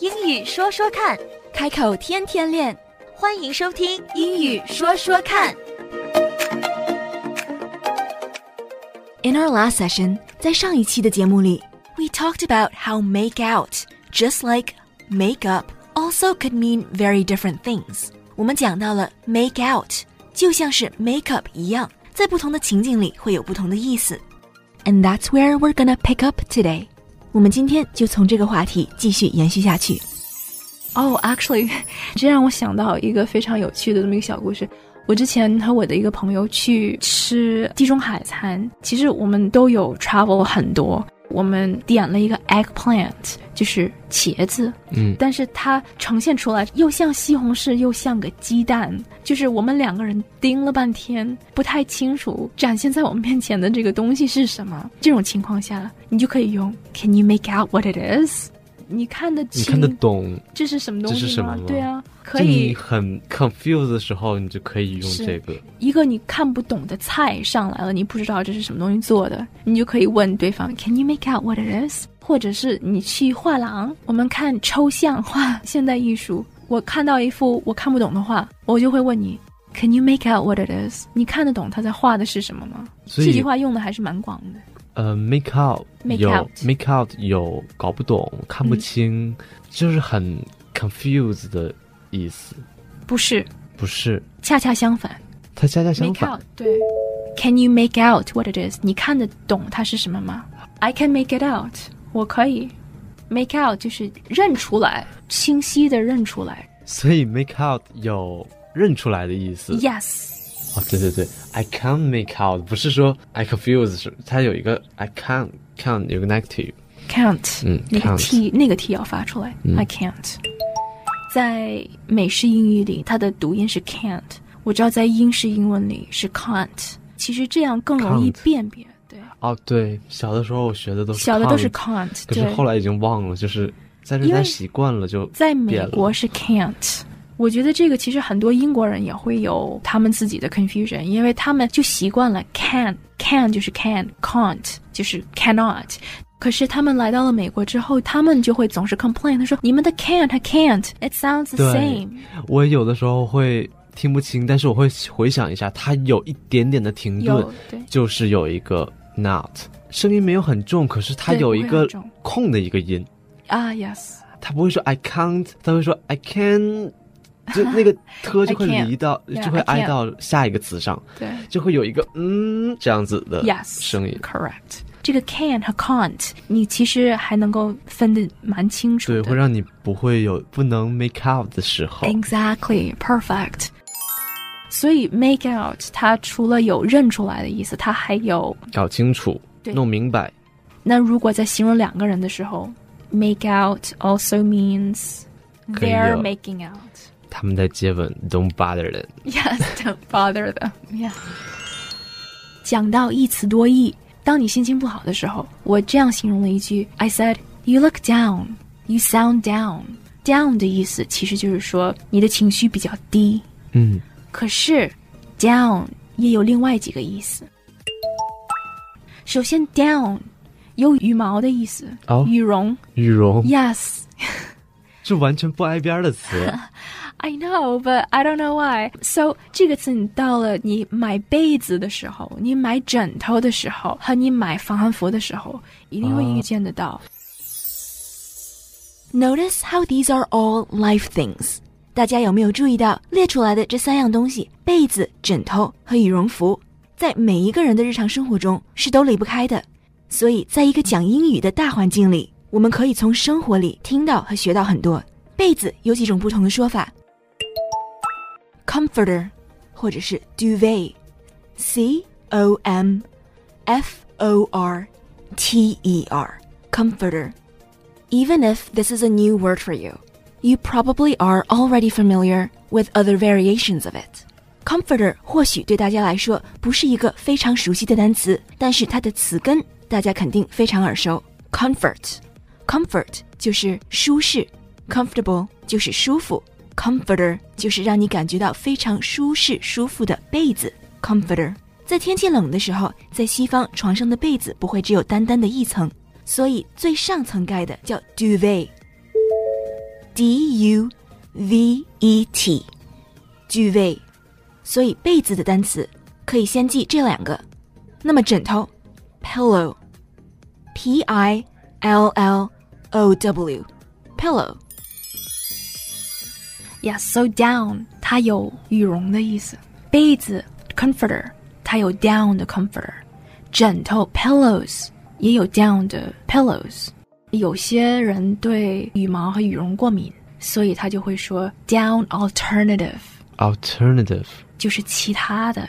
英语说说看，开口天天练。欢迎收听《英语说说看》。 In our last session，在上一期的节目里，we talked about how make out, just like make up, also could mean very different things。我们讲到了 make out，就像是 make up 一样，在不同的情景里会有不同的意思。And that's where we're gonna pick up today。我们今天就从这个话题继续延续下去。哦、a c t u a l l y 这让我想到一个非常有趣的这么一个小故事。我之前和我的一个朋友去吃地中海餐，其实我们都有 travel 很多。我们点了一个 eggplant，就是茄子，嗯，但是它呈现出来又像西红柿，又像个鸡蛋，就是我们两个人盯了半天，不太清楚展现在我们面前的这个东西是什么。这种情况下，你就可以用 Can you make out what it is？你看得你清，看得懂。这是什么东西这是什么吗对啊，可就你以很 confused 的时候，你就可以用是这个。一个你看不懂的菜上来了，你不知道这是什么东西做的，你就可以问对方 Can you make out what it is？或者是你去画廊，我们看抽象画、现代艺术，我看到一幅我看不懂的画，我就会问你 Can you make out what it is？你看得懂他在画的是什么吗？所这句以，话用的还是蛮广的。呃，make out Make 有 out 嗯 make out 有搞不懂、看不清，就是很 confused 的意思，不是，不是？恰恰相反它恰恰相 make 反 out 对。Can you make out what it is？你看得懂它是什么吗？I can make it out，我可以。Make out 就是认出来，清晰的认出来。所以 make out 有认出来的意思。 Yes，哦，对对对，I can't make out 不是说 I confused，是它有一个 I can't can't 有个 negative， can't，、嗯那个，can't t 那个 t 要发出来。嗯 I can't，在美式英语里，它的读音是 can't，我知道在英式英文里是 can't，其实这样更容易 Can't 辨别。对，哦，对，小的时候我学的都是小的都是 can't can't，可是对。后来已经忘了，就是在这因为待习惯了就在美变了国是 can't。我觉得这个其实很多英国人也会有他们自己的 confusion，因为他们就习惯了 can can 就是 can，can't 就是 cannot。可是他们来到了美国之后，他们就会总是 complain，他说你们的 can 和 can't，it sounds the 对 same。我有的时候会听不清，但是我会回想一下，它有一点点的停顿有，对就是有一个 not，声音没有很重，可是它对有一不会个很重空的一个音，啊，yes，它不会说 I can't，它会说 I can，就那个特就 会 I can't 离到， Yeah，就会 I 挨 can't 到下一个词上，对就会有一个嗯这样子的，yes，声音。 correct。这个 can 和 can't，你其实还能够分得蛮清楚对，的。会让你不会有不能 make out 的时候。 Exactly, perfect. 所以 make out 它除了有认出来的意思，它还有搞清楚，对弄明白。那如果在形容两个人的时候，make out also means 可以啊有 they're making out. 他们在接吻，don't bother them。 Yes, don't bother them. Yeah. 讲到一词多义，当你心情不好的时候，我这样形容了一句：I said, you look down, you sound down. Down 的意思其实就是说你的情绪比较低。嗯，可是，down 也有另外几个意思。首先，down 有羽毛的意思，哦，羽绒。羽绒 Yes，I 这完全不挨边儿的词。 know，but I don't know why。So 这个词，你到了你买被子的时候，你买枕头的时候，和你买防寒服的时候，一定会哦遇见得到。 Notice how these are all life things。大家有没有注意到列出来的这三样东西：被子、枕头和羽绒服，在每一个人的日常生活中是都离不开的。所以，在一个讲英语的大环境里，我们可以从生活里听到和学到很多。被子有几种不同的说法：comforter，或者是 duvet，c o m f o r t e r，comforter。Even if this is a new word for you, you probably are already familiar with other variations of it. Comforter 或许对大家来说不是一个非常熟悉的单词，但是它的词根大家肯定非常耳熟。Comfort, comfort 就是舒适，comfortable 就是舒服，comforter 就是让你感觉到非常舒适、舒服的被子。Comforter 在天气冷的时候，在西方床上的被子不会只有单单的一层，所以最上层盖的叫 duvet。 D U V E T。duvet，所以被子的单词可以先记这两个。那么枕头，pillow，p i l l o w，pillow。 Yeah, so down 它有羽绒的意思，被子 comforter 它有 down 的 comforter，枕头 pillows 也有 down 的 pillows。有些人对羽毛和羽绒过敏，所以他就会说 down alternative， Alternative，就是其他的。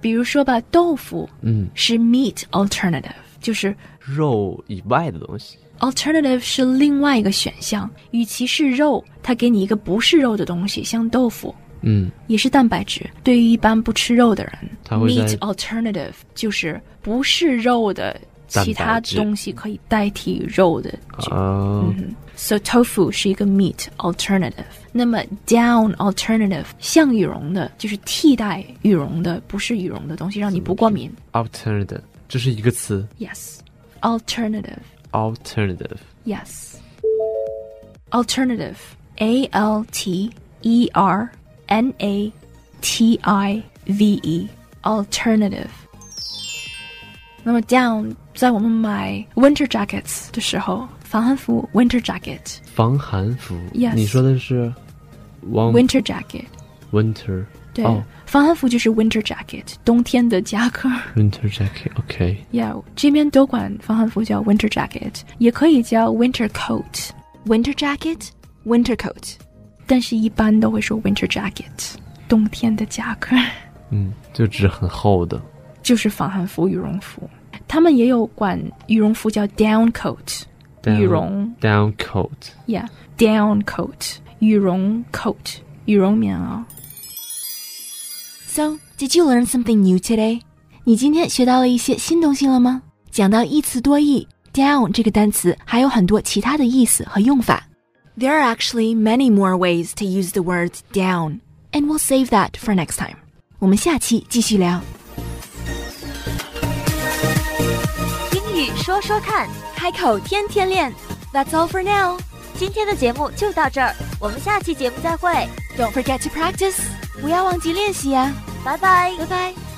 比如说吧，豆腐嗯，是 meat alternative，就是肉以外的东西。 Alternative 是另外一个选项，与其是肉，它给你一个不是肉的东西，像豆腐嗯，也是蛋白质。对于一般不吃肉的人它会在，meat alternative 就是不是肉的其蛋他白质东西可以代替肉的。啊， So tofu 是一个 meat alternative，那么 down alternative 像羽绒的，就是替代羽绒的，不是羽绒的东西，让你不过敏。 alternative，这是一个词 Yes，alternative。 ，alternative。 Yes. Alternative. A L T E R N A T I V E. Alternative. 那么 down 在我们买 winter jackets 的时候，防寒服 winter jacket 防寒服 Yes 你说的是 warm winter jacket winter，对哦防寒服就是 winter jacket 冬天的夹克。 winter jacket。OK， Yeah，这边都管防寒服叫 winter jacket，也可以叫 winter coat， Winter jacket, winter coat. 但是一般都会说 winter jacket 冬天的夹克。 嗯，就指很厚的就是防寒服、羽绒服。他们也有管羽绒服叫 down coat， down- 羽绒 down coat。 ，yeah，down coat，羽绒 coat，羽绒棉袄。 So, did you learn something new today? 你今天学到了一些新东西了吗？讲到一词多义，down 这个单词还有很多其他的意思和用法。There are actually many more ways to use the word down, and we'll save that for next time. 我们下期继续聊。英语说说看，开口天天练，That's all for now. 今天的节目就到这儿，我们下期节目再会， Don't forget to practice. 不要忘记练习呀、啊拜拜。拜拜。